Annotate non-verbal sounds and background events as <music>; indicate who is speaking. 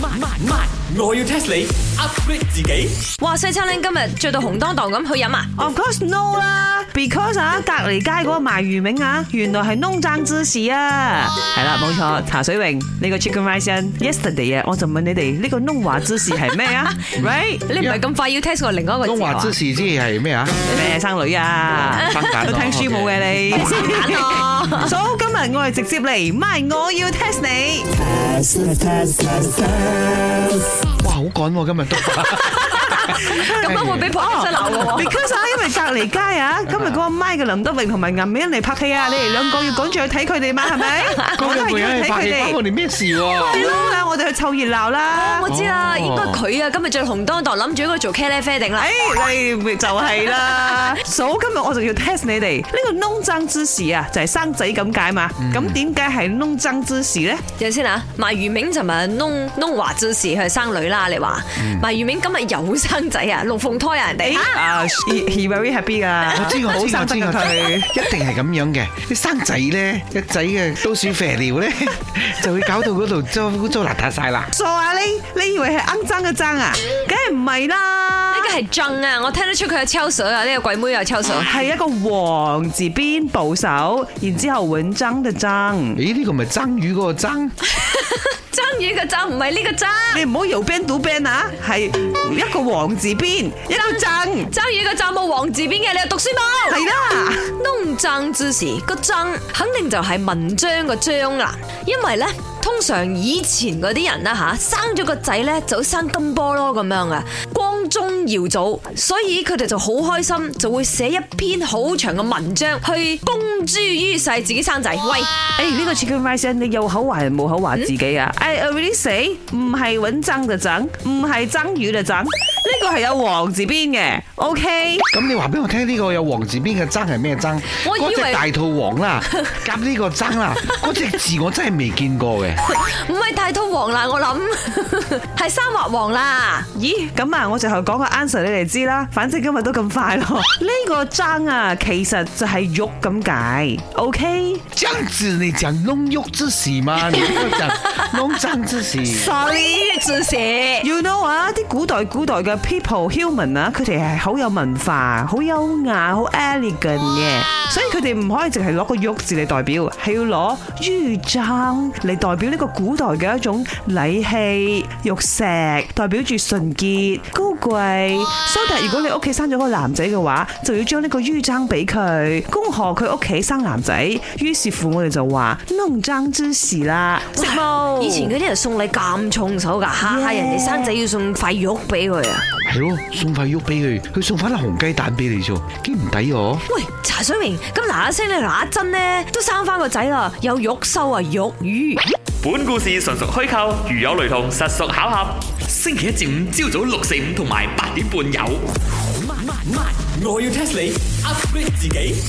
Speaker 1: 慢慢慢，我要 test 你 upgrade 自己。
Speaker 2: 哇！西餐拎今日着到紅當當咁去飲啊！
Speaker 3: Of course no 啦，because 啊隔離街嗰個賣魚名啊，原來係弄爭之士啊，係啦冇錯，茶水榮呢個 chicken rice and yesterday 啊，我就問你哋呢個弄華之士係咩啊 <laughs> ？Right
Speaker 2: 你唔係咁快要 test 我另外一個字
Speaker 4: 中華
Speaker 2: 啊
Speaker 4: 之？士即係咩啊？
Speaker 3: 咩生女啊？
Speaker 4: 生蛋
Speaker 3: 都
Speaker 4: 咯
Speaker 3: 聽書冇嘅你。
Speaker 2: 揀咯
Speaker 3: So 今日我哋直接嚟，唔係我要 test 你。
Speaker 4: 哇，好趕喎，今日都
Speaker 2: 咁樣會俾婆婆鬧嘅喎。
Speaker 3: Because 啊，因為隔離街 <laughs> 啊，今日嗰個 Mike 嘅林德榮同埋顏美欣嚟拍 <laughs> 戲啊，你哋兩個要趕住去睇佢哋嘛， <laughs> 係咪？
Speaker 4: 嗰兩個
Speaker 3: <laughs>
Speaker 4: 人
Speaker 3: 我都係
Speaker 4: 係
Speaker 3: 要
Speaker 4: 發
Speaker 3: 睇
Speaker 4: 現關
Speaker 3: 佢
Speaker 4: 我
Speaker 3: 哋。
Speaker 4: 哋咩事喎？
Speaker 3: 係啦，我哋去湊熱鬧啦
Speaker 2: 我。知啦，
Speaker 4: 哦
Speaker 2: 應該佢啊，今日着紅當當，諗住應該做 c a l e f a d i n g 啦。
Speaker 3: 哎誒，你咪就係
Speaker 4: <laughs>
Speaker 3: 啦。嫂，今日我就要 test 你哋呢個弄爭之時啊，就係生仔咁解嘛。
Speaker 4: 嗯
Speaker 3: 咁點解係弄爭之時咧？
Speaker 2: 有先啊，賣魚明尋日弄弄華之士佢係生女啦，你話賣魚明今日有生仔啊，龍鳳胎啊人哋
Speaker 3: 誒。啊，he he very happy 噶，
Speaker 4: 我知我
Speaker 3: 好
Speaker 4: 知我
Speaker 3: 生得
Speaker 4: 知
Speaker 3: 㗎
Speaker 4: 我知，
Speaker 3: 佢。
Speaker 4: 一定係咁樣嘅。你生仔咧，一仔嘅都鼠肥尿咧， <laughs> 就會搞到嗰度糟污糟邋遢晒啦。
Speaker 3: 傻啊你！你以為係鵪鶉嘅爭啊？梗係唔係啦
Speaker 2: 呢。個係憎啊！我聽得出佢有抽水啊，呢個鬼妹有抽水。
Speaker 3: 係一個王字邊部首，然之後穩爭嘅爭。
Speaker 4: 咦？呢個咪爭魚嗰個爭？
Speaker 2: 爭魚嘅爭唔係呢個爭，
Speaker 3: 你唔好由 band 到 band 啊，係一個王字邊，一個爭，
Speaker 2: 爭魚嘅爭冇王字邊嘅，你又讀書冇？
Speaker 3: 係啦。
Speaker 2: 弄爭之時，個爭肯定就係文章個章啦，因為呢，通常以前嗰啲人啦吓，生咗個仔呢，就好生金波咯咁樣啊，光宗耀祖，所以佢哋就好開心，就會寫一篇好長嘅文章去公諸於世自己生仔。喂，
Speaker 3: <laughs> 誒呢個 chicken rice 你有口話人冇口話自己啊？I already say 唔係穩爭嘅爭，唔係爭魚嘅爭，呢個係有王字邊嘅，OK。
Speaker 4: 咁你話俾我聽呢個有王字邊嘅爭係咩爭？
Speaker 2: 我以為
Speaker 4: 嗰隻大肚
Speaker 3: <laughs>
Speaker 4: 王啦，夾呢個爭啦，嗰隻字我真係未見過嘅。
Speaker 3: <laughs>
Speaker 2: 唔係大肚王啦，我諗係三畫王啦。
Speaker 3: 咦，咁啊，我最後講個 answer 你哋知啦，反正今日都咁快咯。呢個爭啊，其實就係肉咁解，OK。
Speaker 4: 這樣子你講弄肉之時嘛，你呢個講弄爭之時。
Speaker 2: Sorry，自寫。
Speaker 3: You know 啊，啲古代古代嘅 people human 啊，佢哋係好有文化、好優雅、好 elegant 嘅，所以佢哋唔可以淨係攞個玉字嚟代表，係要攞玉章嚟代表呢個古代嘅一種禮器、玉石，代表住純潔、高貴。所以但係如果你屋企生咗個男仔嘅話，就要將呢個玉章俾佢，恭賀佢屋企生男仔。於是乎我哋就話弄章之時啦，識冇？
Speaker 2: 以前嗰啲人送禮咁重手噶，下下
Speaker 3: Yeah
Speaker 2: 人哋生仔要送塊玉俾佢啊！
Speaker 4: 係咯，送塊肉俾佢，佢送翻粒紅雞蛋俾你啫，幾唔抵哦我？
Speaker 2: 喂，茶水明，咁嗱嗱聲咧，嗱一真咧都生翻個仔啦，有玉收啊，玉魚。
Speaker 5: 本故事純屬虛構，如有雷同，實屬巧合。
Speaker 1: 星期一至五朝早六四五同埋八點半有。慢慢慢，我要 test 你 upgrade 自己。